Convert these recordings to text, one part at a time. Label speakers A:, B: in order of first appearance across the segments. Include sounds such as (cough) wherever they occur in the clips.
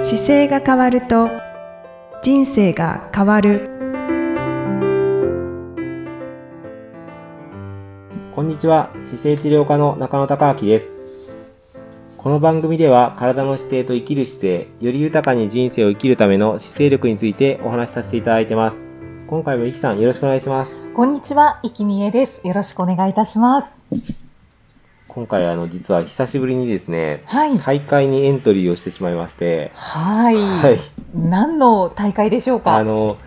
A: 姿勢が変わると人生が変わる
B: こんにちは、姿勢治療科の中野孝明です。この番組では、体の姿勢と生きる姿勢、より豊かに人生を生きるための姿勢力についてお話しさせていただいてます。今回もゆきさん、よろしくお願いします。
C: こんにちは、いきみえです。よろしくお願いいたします。
B: 今回、あの、実は久しぶりにですね、
C: はい。
B: 大会にエントリーをしてしまいまして、
C: はい。
B: はい、
C: 何の大会でしょうか
B: あの、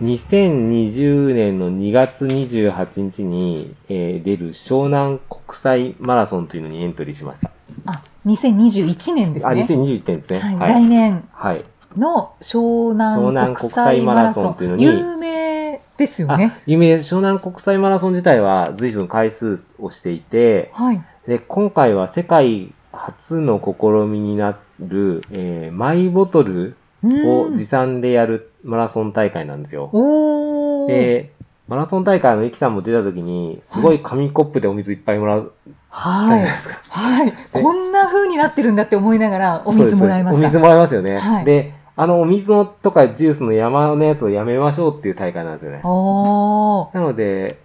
B: 2020年の2月28日に、えー出る湘南国際マラソンというのにエントリーしました。
C: あ、2021年です
B: あ、
C: ね。
B: 2021年ですね。
C: はい、
B: はい
C: 来年
B: はい。
C: の湘南国際マラソ
B: 湘南国際マラソン
C: ン
B: っていうのに
C: 有名ですよ
B: あ
C: ね。、
B: 有名湘南国際マラソン自体は随分回数をしていて、
C: はい。
B: で、今回は世界初の試みになる、えーマイボトル
C: う
B: を
C: ーん
B: 持参でやるマラソン大会なんですよ。
C: おー。
B: で、マラソン大会のイキさんも出た時に、すごい紙コップでお水いっぱいもらう。
C: はい。はい。こんな風になってるんだって思いながらお水もらいまし
B: そ
C: た。
B: うですお水もらいますよね。
C: はい
B: で、あの、お水のとかジュースの山のやつをやめましょうっていう大会なんですよね。
C: おー。
B: なので、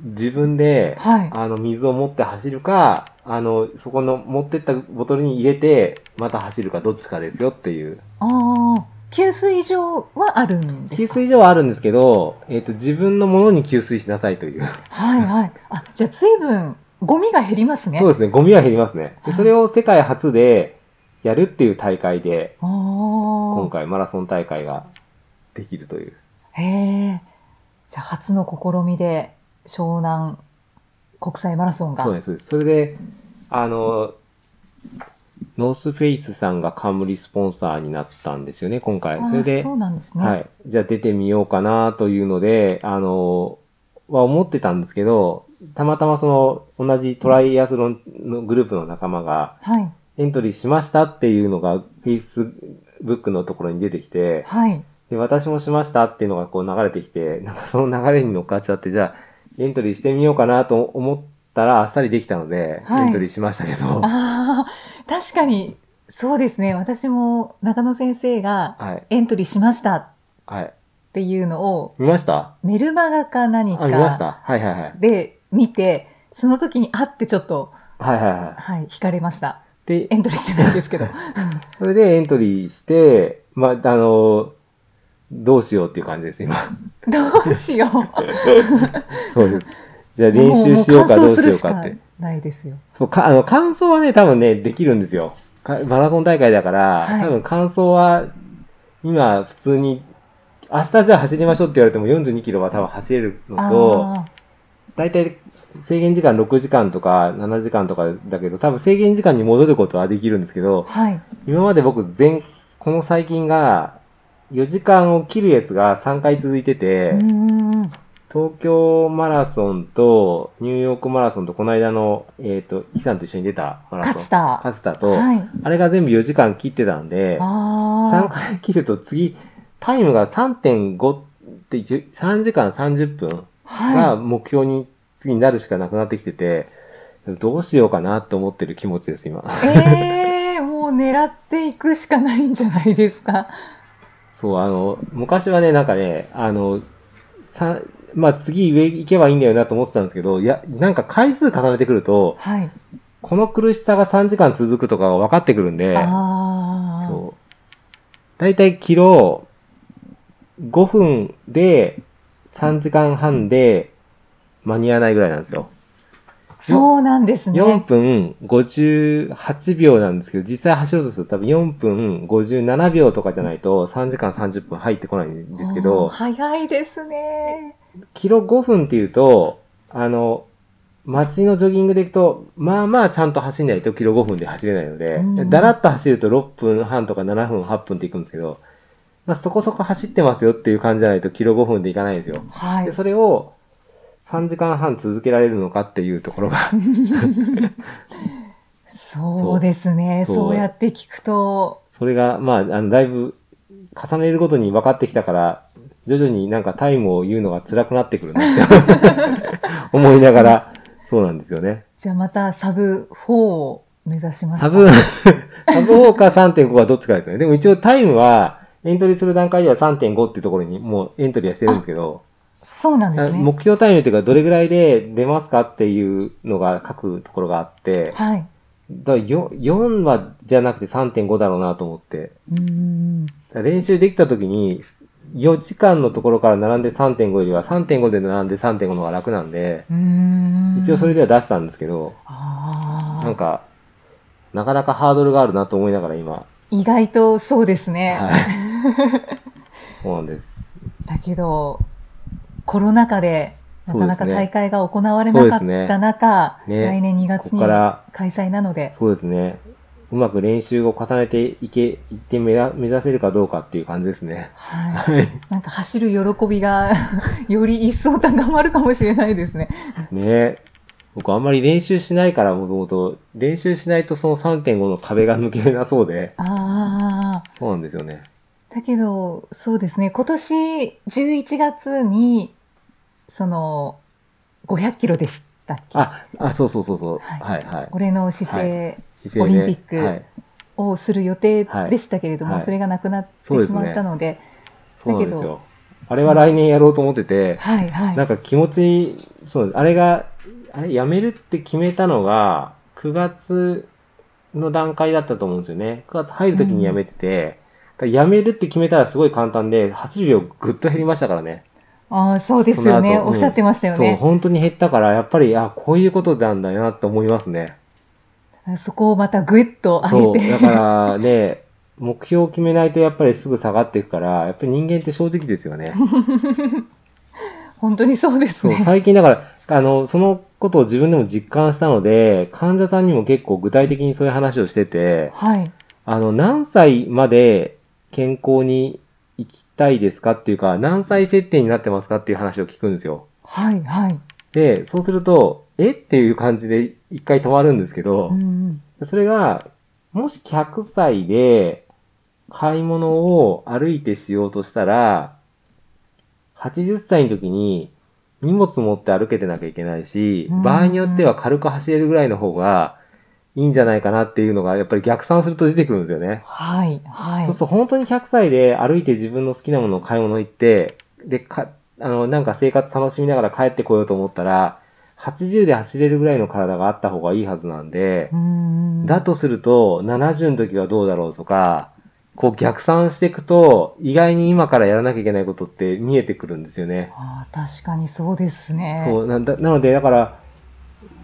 B: 自分で、
C: はい。
B: (laughs) あの、水を持って走るか、あの、そこの持ってったボトルに入れて、また走るかどっちかですよっていう。
C: あー。給水場はあるんですか
B: 給水所はあるんですけど、えっ、と、自分のものに給水しなさいという。
C: はいはい。あ、じゃあ随分ゴミが減りますね。
B: そうですね、ゴミは減りますね。で
C: はい
B: それを世界初でやるっていう大会で、
C: あ
B: 今
C: ー
B: 回マラソン大会ができるという。
C: へえ。じゃあ初の試みで湘南国際マラソンが。
B: そうです、そうです。それで、あの、ノースフェイスさんが冠スポンサーになったんですよね、今回。
C: あ
B: それ
C: ー
B: で、
C: そうなんですね。
B: はい。じゃあ出てみようかなというので、あのは思ってたんですけど、たまたまその同じトライアスロンのグループの仲間が
C: はい。
B: エントリーしましたっていうのが Facebook のところに出てきて、
C: はい。
B: で、私もしましたっていうのがこう流れてきて、なんかその流れに乗っかっちゃって、じゃあエントリーしてみようかなと思ったらあっさりできたので、
C: はい
B: エントリーしましたけ
C: (laughs)
B: ど、は
C: ああ、確かにそうですね。私も中野先生が
B: い。
C: エントリーしましたっ
B: はい。
C: ていうのを
B: 見ました
C: メルマガか何
B: あ、見まし
C: か
B: たはいはいはい。
C: で見て、その時にあってちょっと、
B: はいはいはい。
C: はい、惹かれました。
B: で
C: エ、ントリーしてないんで
B: (laughs)
C: すけど。
B: それでエントリーして、まあ、あの、どうしようっていう感じです、今。 (laughs)
C: どうしよう。
B: そうです。じゃあ練習しようかどうしようかっ
C: もうもう
B: て
C: 完走するし。ないですよ。
B: そう、か、あの、感想はね、多分ね、できるんですよ。かマラソン大会だから、
C: はい
B: 多分感想は、今、普通に、明日じゃあ走りましょうって言われても42キロは多分走れるのと、
C: あ
B: 大体制限時間6時間とか7時間とかだけど、多分制限時間に戻ることはできるんですけど
C: ー、はい。
B: 今まで僕全、この最近が、4時間を切るやつが3回続いてて、
C: うーん。
B: 東京マラソンとニューヨークマラソンとこの間の、えっ、と、イキさんと一緒に出たマラソン。
C: 勝田。は
B: 勝田と、
C: い。
B: あれが全部4時間切ってたんで、3
C: ああ。
B: 回切ると次、タイムが3.5って、じゅ3時間30分が
C: は
B: 目標に次になるしかなくなってきてて、どうしようかなと思ってる気持ちです、今。
C: い。ええー、もう狙っていくしかないんじゃないですか。
B: そう、あの、昔はね、なんかね、あの、さ、まあ、次上行けばいいんだよなと思ってたんですけど、いや、なんか回数重ねてくると、
C: はい。
B: この苦しさが3時間続くとかが分かってくるんで、
C: ああ。
B: そう。だいたいキロ、5分で3時間半で間に合わないぐらいなんですよ。
C: そうなんです
B: 4
C: ね。
B: 分58秒なんですけど、実際走ろうとすると多分4分57秒とかじゃないと3時間30分入ってこないんですけ
C: お
B: ど
C: ー、早いですね。
B: キロ5分っていうと、あの、街のジョギングで行くと、まあまあちゃんと走んないとキロ5分で走れないので、
C: うん
B: だらっと走ると6分半とか7分、8分っていくんですけど、まあそこそこ走ってますよっていう感じじゃないとキロ5分でいかないんですよ。
C: はい
B: で、。それを3時間半続けられるのかっていうところが、 (laughs)
C: そうですね。
B: そう
C: そうやって聞くと、
B: それが、まあ、あの、だいぶ重ねるごとに分かってきたから、徐々になんかタイムを言うのが辛くなってくるなって (laughs) 思いながら、そうなんですよね。
C: じゃあまたサブ4を目指します
B: 多 (laughs)
C: か
B: 分、多分方か3.5はどっちかですね。でも一応タイムは、エントリーする段階では3.5っていうところにもうエントリーはしてるんですけど、
C: そうなんですね。
B: 目標タイムっていうかどれぐらいで出ますかっていうのが書くところがあって、
C: はい。
B: だから 4, 4はじゃなくて3.5だろうなと思って。
C: うーん。
B: だから練習できた時に、4時間のところから並んで3.5よりは3.5で並んで3.5の方が楽なんで、
C: うーん。
B: 一応それでは出したんですけど、
C: あ
B: なん
C: あ。
B: か、なかなかハードルがあるなと思いながら今、
C: 意外とそうですね。
B: はい。そうなんです。
C: だけど、コロナ禍で、なかな
B: そ
C: か
B: うですね
C: 大会が行われなかっ
B: そうです
C: た
B: ね
C: 中、
B: ね
C: 来年2月
B: こ
C: に
B: こから
C: 開催なので、
B: そうですね。うまく練習を重ねていけ、いって目指目指せるかどうかっていう感じですね。
C: はい。
B: はい。
C: なんか走る喜びが (laughs) より一層高まるかもしれないですね。
B: ね僕あんまり練習しないからもともと、練習しないとその3.5の壁が抜けなそうで、
C: ああ。
B: そうなんですよね。
C: だけど、そうですね、今年11月に、その、500キロでしたっけ
B: あ、あ、そうそうそうそう。
C: は
B: は
C: い
B: い、はい。
C: 俺の姿勢
B: 姿
C: オ
B: 勢ね
C: リンピック
B: はい、
C: をする予定
B: はい
C: でしたけれども、
B: はい
C: それがなくなって
B: そうです
C: し
B: ね
C: まったので、
B: そうなん
C: だ
B: です
C: け
B: よ。あれは来年やろうと思ってて、
C: はいはい。
B: なんか気持ち、そう、あれが、あれ、やめるって決めたのが、9月の段階だったと思うんですよね。9月入るときにやめてて、だからやめるって決めたらすごい簡単で、80秒ぐっと減りましたからね。
C: ああ、そうですよ
B: そ
C: ね、
B: の後うん
C: おっしゃってましたよ
B: そう、
C: ね。
B: 本当に減ったから、やっぱり、あ、こういうことなんだなと思いますね。
C: そこをまたぐっと上
B: そう、
C: げて。
B: だからね、目標を決めないとやっぱりすぐ下がっていくから、やっぱり人間って正直ですよね。
C: (laughs) 本当にそうです
B: そう、
C: ね。
B: 最近だから、あの、そのことを自分でも実感したので、患者さんにも結構具体的にそういう話をしてて、
C: はい。
B: あの、何歳まで健康に生きたいですかっていうか、何歳設定になってますかっていう話を聞くんですよ。
C: はいはい。
B: で、そうすると、えっていう感じで一回止まるんですけど、
C: うん
B: それが、もし100歳で買い物を歩いてしようとしたら、80歳の時に荷物持って歩けてなきゃいけないし
C: うん、
B: 場合によっては軽く走れるぐらいの方がいいんじゃないかなっていうのが、やっぱり逆算すると出てくるんですよね。
C: はいはい
B: そう。すると本当に100歳で歩いて自分の好きなものを買い物行って、で、か、あの、なんか生活楽しみながら帰ってこようと思ったら、80で走れるぐらいの体があった方がいいはずなんで、
C: うん
B: だとすると、70の時はどうだろうとか、こう逆算していくと、意外に今からやらなきゃいけないことって見えてくるんですよね。
C: ああ確かにそうですね。
B: そうなんだなので、だから、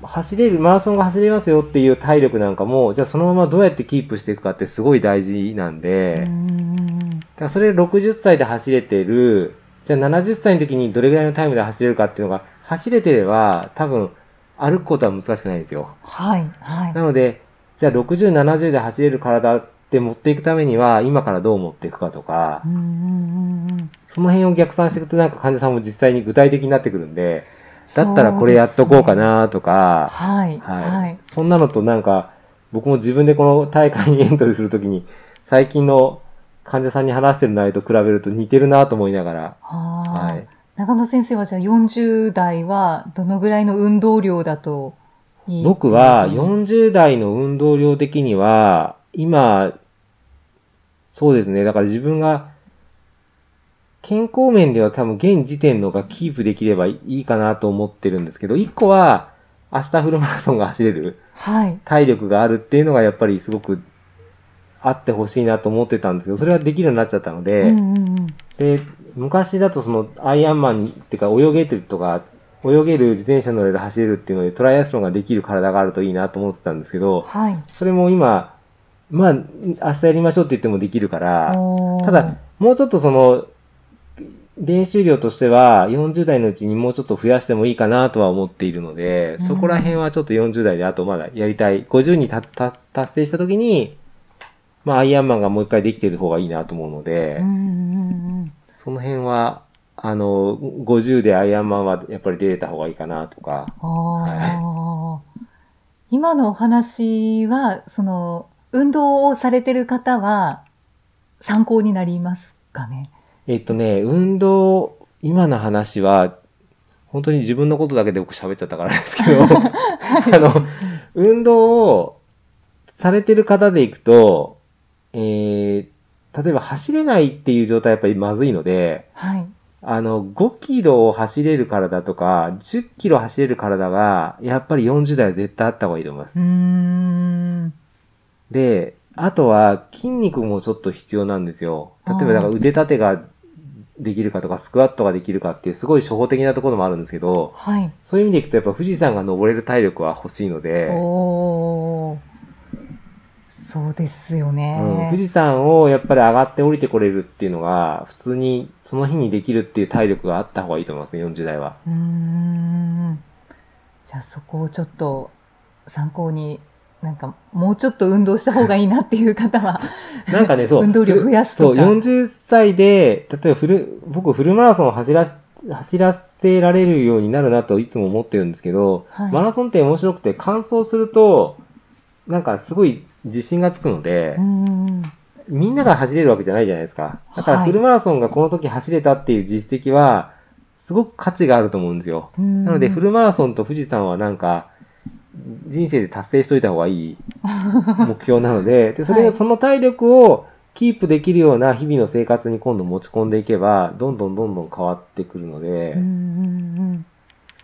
B: 走れる、マラソンが走れますよっていう体力なんかも、じゃあそのままどうやってキープしていくかってすごい大事なんで、
C: う
B: だ
C: ん
B: からそれ60歳で走れてる、じゃあ70歳の時にどれぐらいのタイムで走れるかっていうのが、走れてれば多分歩くことは難しくないんですよ。
C: はいはい。
B: なので、じゃあ60、70で走れる体って持っていくためには、今からどう持っていくかとか
C: う、んうんうんうん
B: その辺を逆算していくとなんか患者さんも実際に具体的になってくるんで、だったらこれやっとこうかなと
C: そう
B: か、
C: ですね。はい
B: はい、
C: はい。
B: そんなのとなんか、僕も自分でこの大会にエントリーするときに、最近の患者さんに話してる内容と比べると似てるなと思いながら、は
C: はいい。中野先生はじゃあ40代はどのぐらいの運動量だといい
B: 僕は
C: ですかね
B: 40代の運動量的には、今、そうですね。だから自分が、健康面では多分現時点のがキープできればいいかなと思ってるんですけど、一個は、明日フルマラソンが走れる
C: はい。
B: 体力があるっていうのがやっぱりすごくあってほしいなと思ってたんですけど、それはできるようになっちゃったので、
C: うんうんうん
B: で、昔だとそのアイアンマンにっていうか泳げてるとか、泳げる自転車乗れる走れるっていうのでトライアスロンができる体があるといいなと思ってたんですけど、
C: はい。
B: それも今、まあ、明日やりましょうって言ってもできるから、
C: おー
B: ただ、もうちょっとその、練習量としては40代のうちにもうちょっと増やしてもいいかなとは思っているので、そこら辺はちょっと40代であとまだやりたい。50にたた達成した時に、まあ、アイアンマンがもう一回できてる方がいいなと思うので、
C: うんうんうん
B: その辺は、あの、50でアイアンマンはやっぱり出れた方がいいかなとか。
C: うん。おー今のお話は、その、運動をされてる方は参考になりますかね
B: えっとね、運動、今の話は、本当に自分のことだけで僕喋っちゃったからですけど、あの、運動をされてる方でいくと、えー、例えば走れないっていう状態はやっぱりまずいので、
C: はい。
B: あの、5キロを走れる体とか、10キロ走れる体が、やっぱり40代は絶対あった方がいいと思います
C: う。ーん。
B: で、あとは筋肉もちょっと必要なんですよ。例えば
C: あー
B: だから腕立てができるかとか、スクワットができるかっていう、すごい初歩的なところもあるんですけど、
C: はい。
B: そういう意味でいくとやっぱ富士山が登れる体力は欲しいので、
C: おー。そうですよ
B: うん、富
C: ね。
B: 士山をやっぱり上がって降りてこれるっていうのが、普通にその日にできるっていう体力があった方がいいと思いますね、40代は。
C: うーん。じゃあそこをちょっと参考に、なんかもうちょっと運動した方がいいなっていう方は、
B: なんかね、そう。
C: 運動量増やすとか
B: そう、40歳で、例えばフル、僕フルマラソンを走らす、走らせられるようになるなといつも思ってるんですけど、
C: はい
B: マラソンって面白くて、完走すると、なんかすごい自信がつくので
C: うー、ん。
B: みんなが走れるわけじゃないじゃないですか。だから
C: はい
B: フルマラソンがこの時走れたっていう実績は、すごく価値があると思うんですよ。
C: な
B: なので、フルマラソンと富士山はなんか、人生で達成しといた方がいい目標なので、でそれ
C: は
B: を
C: い
B: その体力をキープできるような日々の生活に今度持ち込んでいけば、どんどんどんどん変わってくるので、
C: うん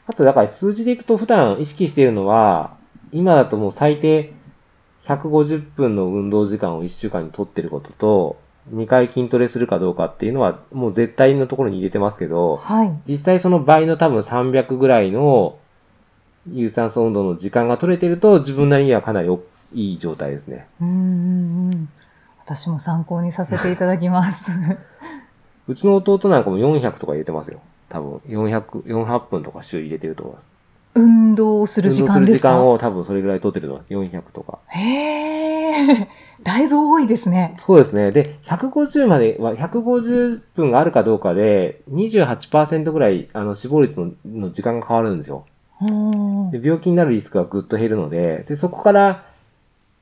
B: あとだから数字でいくと普段意識しているのは、今だともう最低150分の運動時間を1週間に取ってることと、2回筋トレするかどうかっていうのは、もう絶対のところに入れてますけど、
C: はい。
B: 実際その倍の多分300ぐらいの有酸素運動の時間が取れてると自分なりにはかなりおいい状態ですね。
C: うんうんうん。私も参考にさせていただきます。 (laughs)
B: うちの弟なんかも400とか入れてますよ。多分400、48分とか週入れてると思います。
C: 運動をする時
B: 運動す
C: 間
B: る
C: で
B: 時
C: すか
B: 間を多分それぐらい取ってると思います。400とか。
C: へえ、だいぶ多いですね。
B: そうですね。で、150までは、150分があるかどうかで、28%ぐらい、あの、死亡率のの時間が変わるんですよ。
C: うん
B: で病気になるリスクがぐっと減るので、で、そこから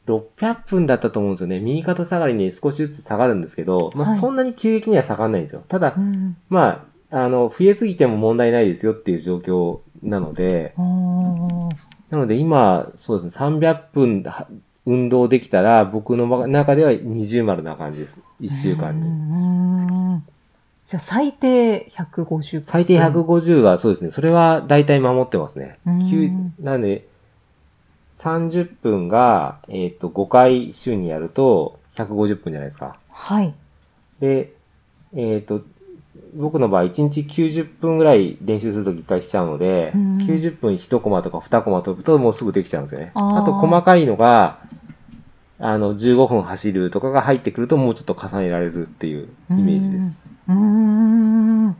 B: 600分だったと思うんですよね。右肩下がりに少しずつ下がるんですけど、ま
C: は
B: あ
C: い
B: そんなに急激には下がらないんですよ。ただ
C: う、ん
B: まあ、あの、増えすぎても問題ないですよっていう状況なので、
C: うん
B: なので今、そうですね、300分は運動できたら、僕の中では二重丸な感じです。1週間
C: う
B: に。
C: んじゃあ最低150分。
B: 最低150はそうですね、それは大体守ってますね。
C: うん
B: 急なんで、30分が、えっ、と、5回週にやると、150分じゃないですか。
C: はい。
B: で、えっ、と、僕の場合、1日90分ぐらい練習するとき1回しちゃうので、
C: うん
B: 90分1コマとか2コマ飛ぶともうすぐできちゃうんですよね。
C: あー
B: あと、細かいのが、あの、15分走るとかが入ってくるともうちょっと重ねられるっていうイメージです。
C: うん。わ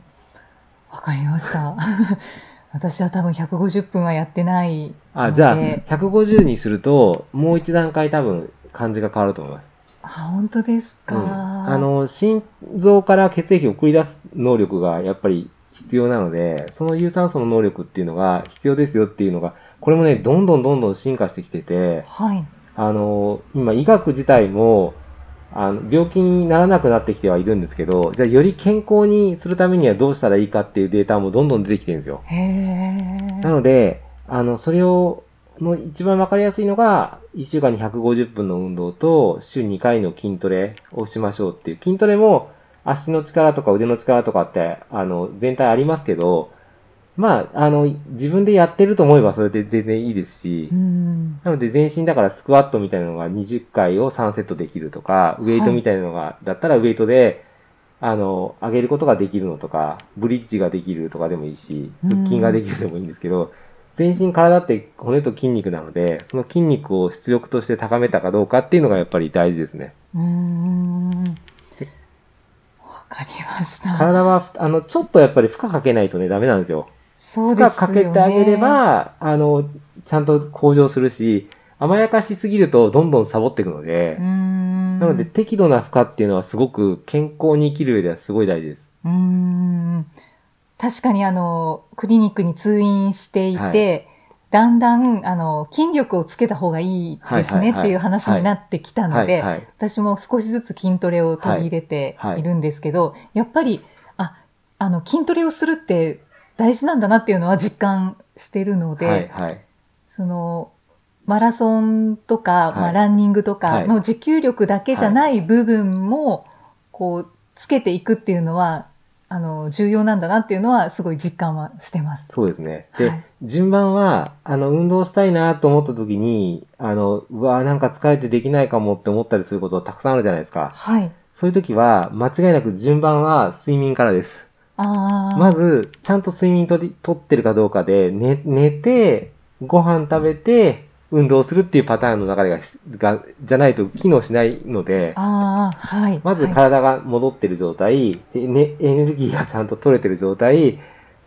C: かりました。 (laughs) 私は多分150分はやってない。
B: あ、じゃあ、
C: で
B: 150にすると、もう一段階多分、感じが変わると思います。
C: あ、本当ですか。
B: うんあの、心臓から血液を送り出す能力がやっぱり必要なので、その有酸素の能力っていうのが必要ですよっていうのが、これもね、どんどんどんどん進化してきてて、
C: はい。
B: あの、今医学自体も、あの、病気にならなくなってきてはいるんですけど、じゃあより健康にするためにはどうしたらいいかっていうデータもどんどん出てきてるんですよ。
C: へえ。
B: なので、あの、それを、の一番わかりやすいのが、1週間に150分の運動と、週2回の筋トレをしましょうっていう。筋トレも、足の力とか腕の力とかって、あの、全体ありますけど、まあ、あの、自分でやってると思えばそれで全然いいですし
C: う、ん。
B: なので全身だからスクワットみたいなのが20回を3セットできるとか、ウェイトみたいなのが、だったらウェイトで、あの、上げることができるのとか、ブリッジができるとかでもいいし、
C: うん
B: 腹筋ができるでもいいんですけど、全身体って骨と筋肉なので、その筋肉を出力として高めたかどうかっていうのがやっぱり大事ですね。
C: うん。わかりました。
B: 体は、あの、ちょっとやっぱり負荷かけないとね、ダメなんですよ。
C: そ
B: 負
C: うで
B: 荷
C: すよ
B: か
C: ね。
B: けてあげれば、あの、ちゃんと向上するし、甘やかしすぎるとどんどんサボっていくので、
C: うん。
B: なので、適度な負荷っていうのはすごく健康に生きる上ではすごい大事です。
C: うーん確かにあのクリニックに通院していて、
B: は
C: だんだんあの筋力をつけた方がいいです
B: はいはい
C: ね
B: はい
C: っていう話になってきたの
B: はい、
C: で
B: はい。
C: 私も少しずつ筋トレを取り入れて
B: はいはい
C: いるんですけど、やっぱりああの筋トレをするって大事なんだなっていうのは実感してるので、
B: はい、はい。
C: そのマラソンとか、
B: はい
C: まあ、ランニングとかの持久力だけじゃない部分も、こう、つけていくっていうのは、あの、重要なんだなっていうのは、すごい実感はしてます。
B: そうですね。で、
C: はい
B: 順番は、あの、運動したいなと思った時に、あの、うわーなんか疲れてできないかもって思ったりすることたくさんあるじゃないですか。
C: はい。
B: そういう時は、間違いなく順番は睡眠からです。
C: ああ。
B: まず、ちゃんと睡眠とり取ってるかどうかで、寝、寝て、ご飯食べて、運動するっていうパターンの流れがし、が、じゃないと機能しないので、
C: ああ、はい。
B: まず
C: はい
B: 体が戻ってる状態、でね、エネルギーがちゃんと取れてる状態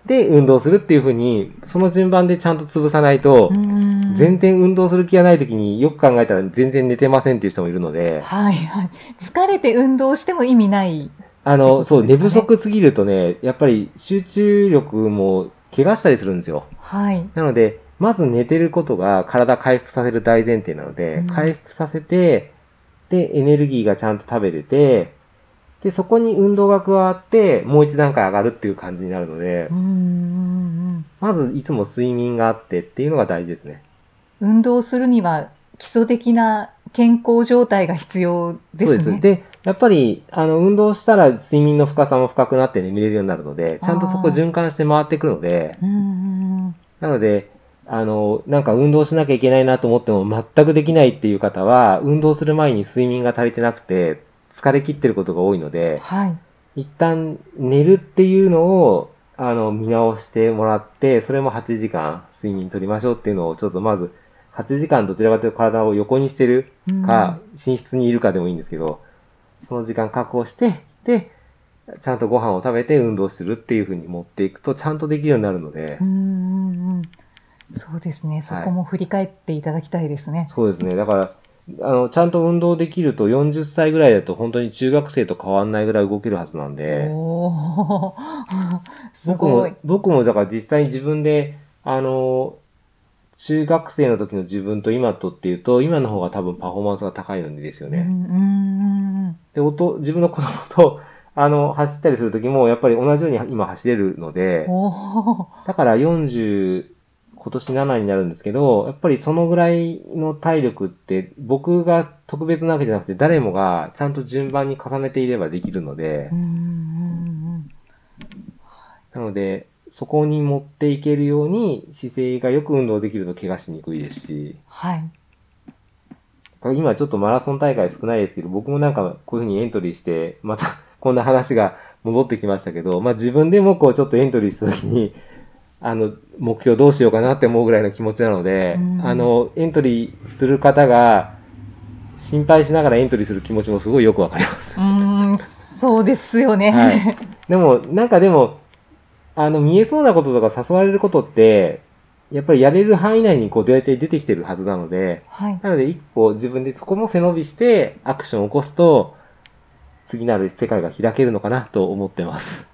B: で運動するっていう風に、その順番でちゃんと潰さないと
C: う、ーん
B: 全然運動する気がない時によく考えたら全然寝てませんっていう人もいるので、
C: はいはい。疲れて運動しても意味ない。
B: あ
C: ってこ
B: の、
C: と
B: そう、
C: です
B: 寝
C: か
B: 不
C: ね
B: 足すぎるとね、やっぱり集中力も怪我したりするんですよ。
C: はい。
B: なので、まず寝てることが体回復させる大前提なので、
C: うん
B: 回復させて、で、エネルギーがちゃんと食べれて、で、そこに運動が加わって、もう一段階上がるっていう感じになるので、
C: うーん。
B: まずいつも睡眠があってっていうのが大事ですね。
C: 運動するには基礎的な健康状態が必要ですね。
B: そうです。で、やっぱり、あの、運動したら睡眠の深さも深くなって眠れるようになるので、ちゃんとそこ循環して回ってくるので、
C: うーん。
B: なので、あの、なんか運動しなきゃいけないなと思っても全くできないっていう方は、運動する前に睡眠が足りてなくて、疲れ切ってることが多いので、
C: はい。
B: 一旦寝るっていうのを、あの、見直してもらって、それも8時間睡眠取りましょうっていうのを、ちょっとまず、8時間どちらかというと体を横にしてる
C: うん
B: か、寝室にいるかでもいいんですけど、その時間確保して、で、ちゃんとご飯を食べて運動するっていう風に持っていくと、ちゃんとできるようになるので
C: うー、ん。そうですね。そこも振り返っていただきたいですね。
B: そうですね。だから、あの、ちゃんと運動できると40歳ぐらいだと本当に中学生と変わんないぐらい動けるはずなんで、
C: おーす
B: 僕
C: ご
B: も
C: い。、
B: 僕もだから実際に自分で、あの、中学生の時の自分と今とっていうと、今の方が多分パフォーマンスが高いんですよ
C: う
B: ね。
C: んうんうん
B: で、おと自分の子供と、あの、走ったりする時も、やっぱり同じように今走れるので、
C: おー
B: だから40、今年7になるんですけど、やっぱりそのぐらいの体力って僕が特別なわけじゃなくて誰もがちゃんと順番に重ねていればできるので
C: うんう、ん
B: なのでそこに持っていけるように姿勢がよく運動できると怪我しにくいですし、
C: はい。
B: 今ちょっとマラソン大会少ないですけど、僕もなんかこういうふうにエントリーして、また (laughs) こんな話が戻ってきましたけど、まあ自分でもこうちょっとエントリーした時に、あの、目標どうしようかなって思うぐらいの気持ちなので
C: う、ん
B: あの、エントリーする方が心配しながらエントリーする気持ちもすごいよくわかります。 (laughs)
C: うーん、そうですよね。
B: はいでも、なんかでも、あの、見えそうなこととか誘われることって、やっぱりやれる範囲内にこう大体出てきてるはずなので、
C: はい。
B: なので一個自分でそこも背伸びしてアクションを起こすと、次なる世界が開けるのかなと思ってます。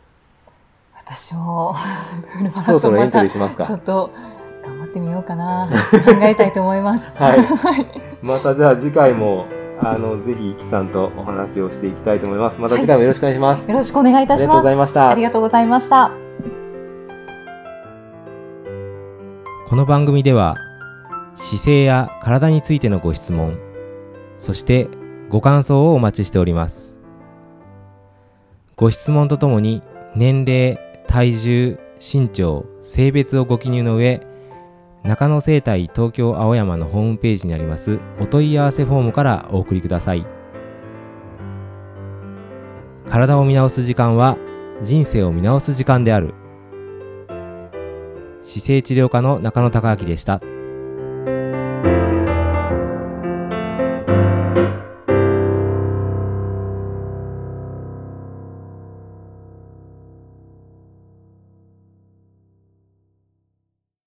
C: 私も、フルマ
B: そ
C: ラ
B: ろ
C: ソ
B: そ
C: ン
B: ろエ
C: ま
B: ント
C: た
B: リーします
C: ちょ
B: か。
C: っと頑張ってみよう
B: (laughs)
C: かな。考えたいと思います。
B: はい
C: (laughs) はい。
B: またじゃあ次回も、あの、ぜひ、イキさんとお話をしていきたいと思います。また次回もよろしくお願いします。
C: よろしくお願いいたしま
B: あり
C: す。
B: がとうございました
C: ありがとうございました。
B: この番組では姿勢や体についてのご質問そしてご感想をお待ちしておりますご質問とともに年齢体重身長性別をご記入の上中野生態東京青山のホームページにありますお問い合わせフォームからお送りください体を見直す時間は人生を見直す時間である姿勢治療科の中野孝明でした。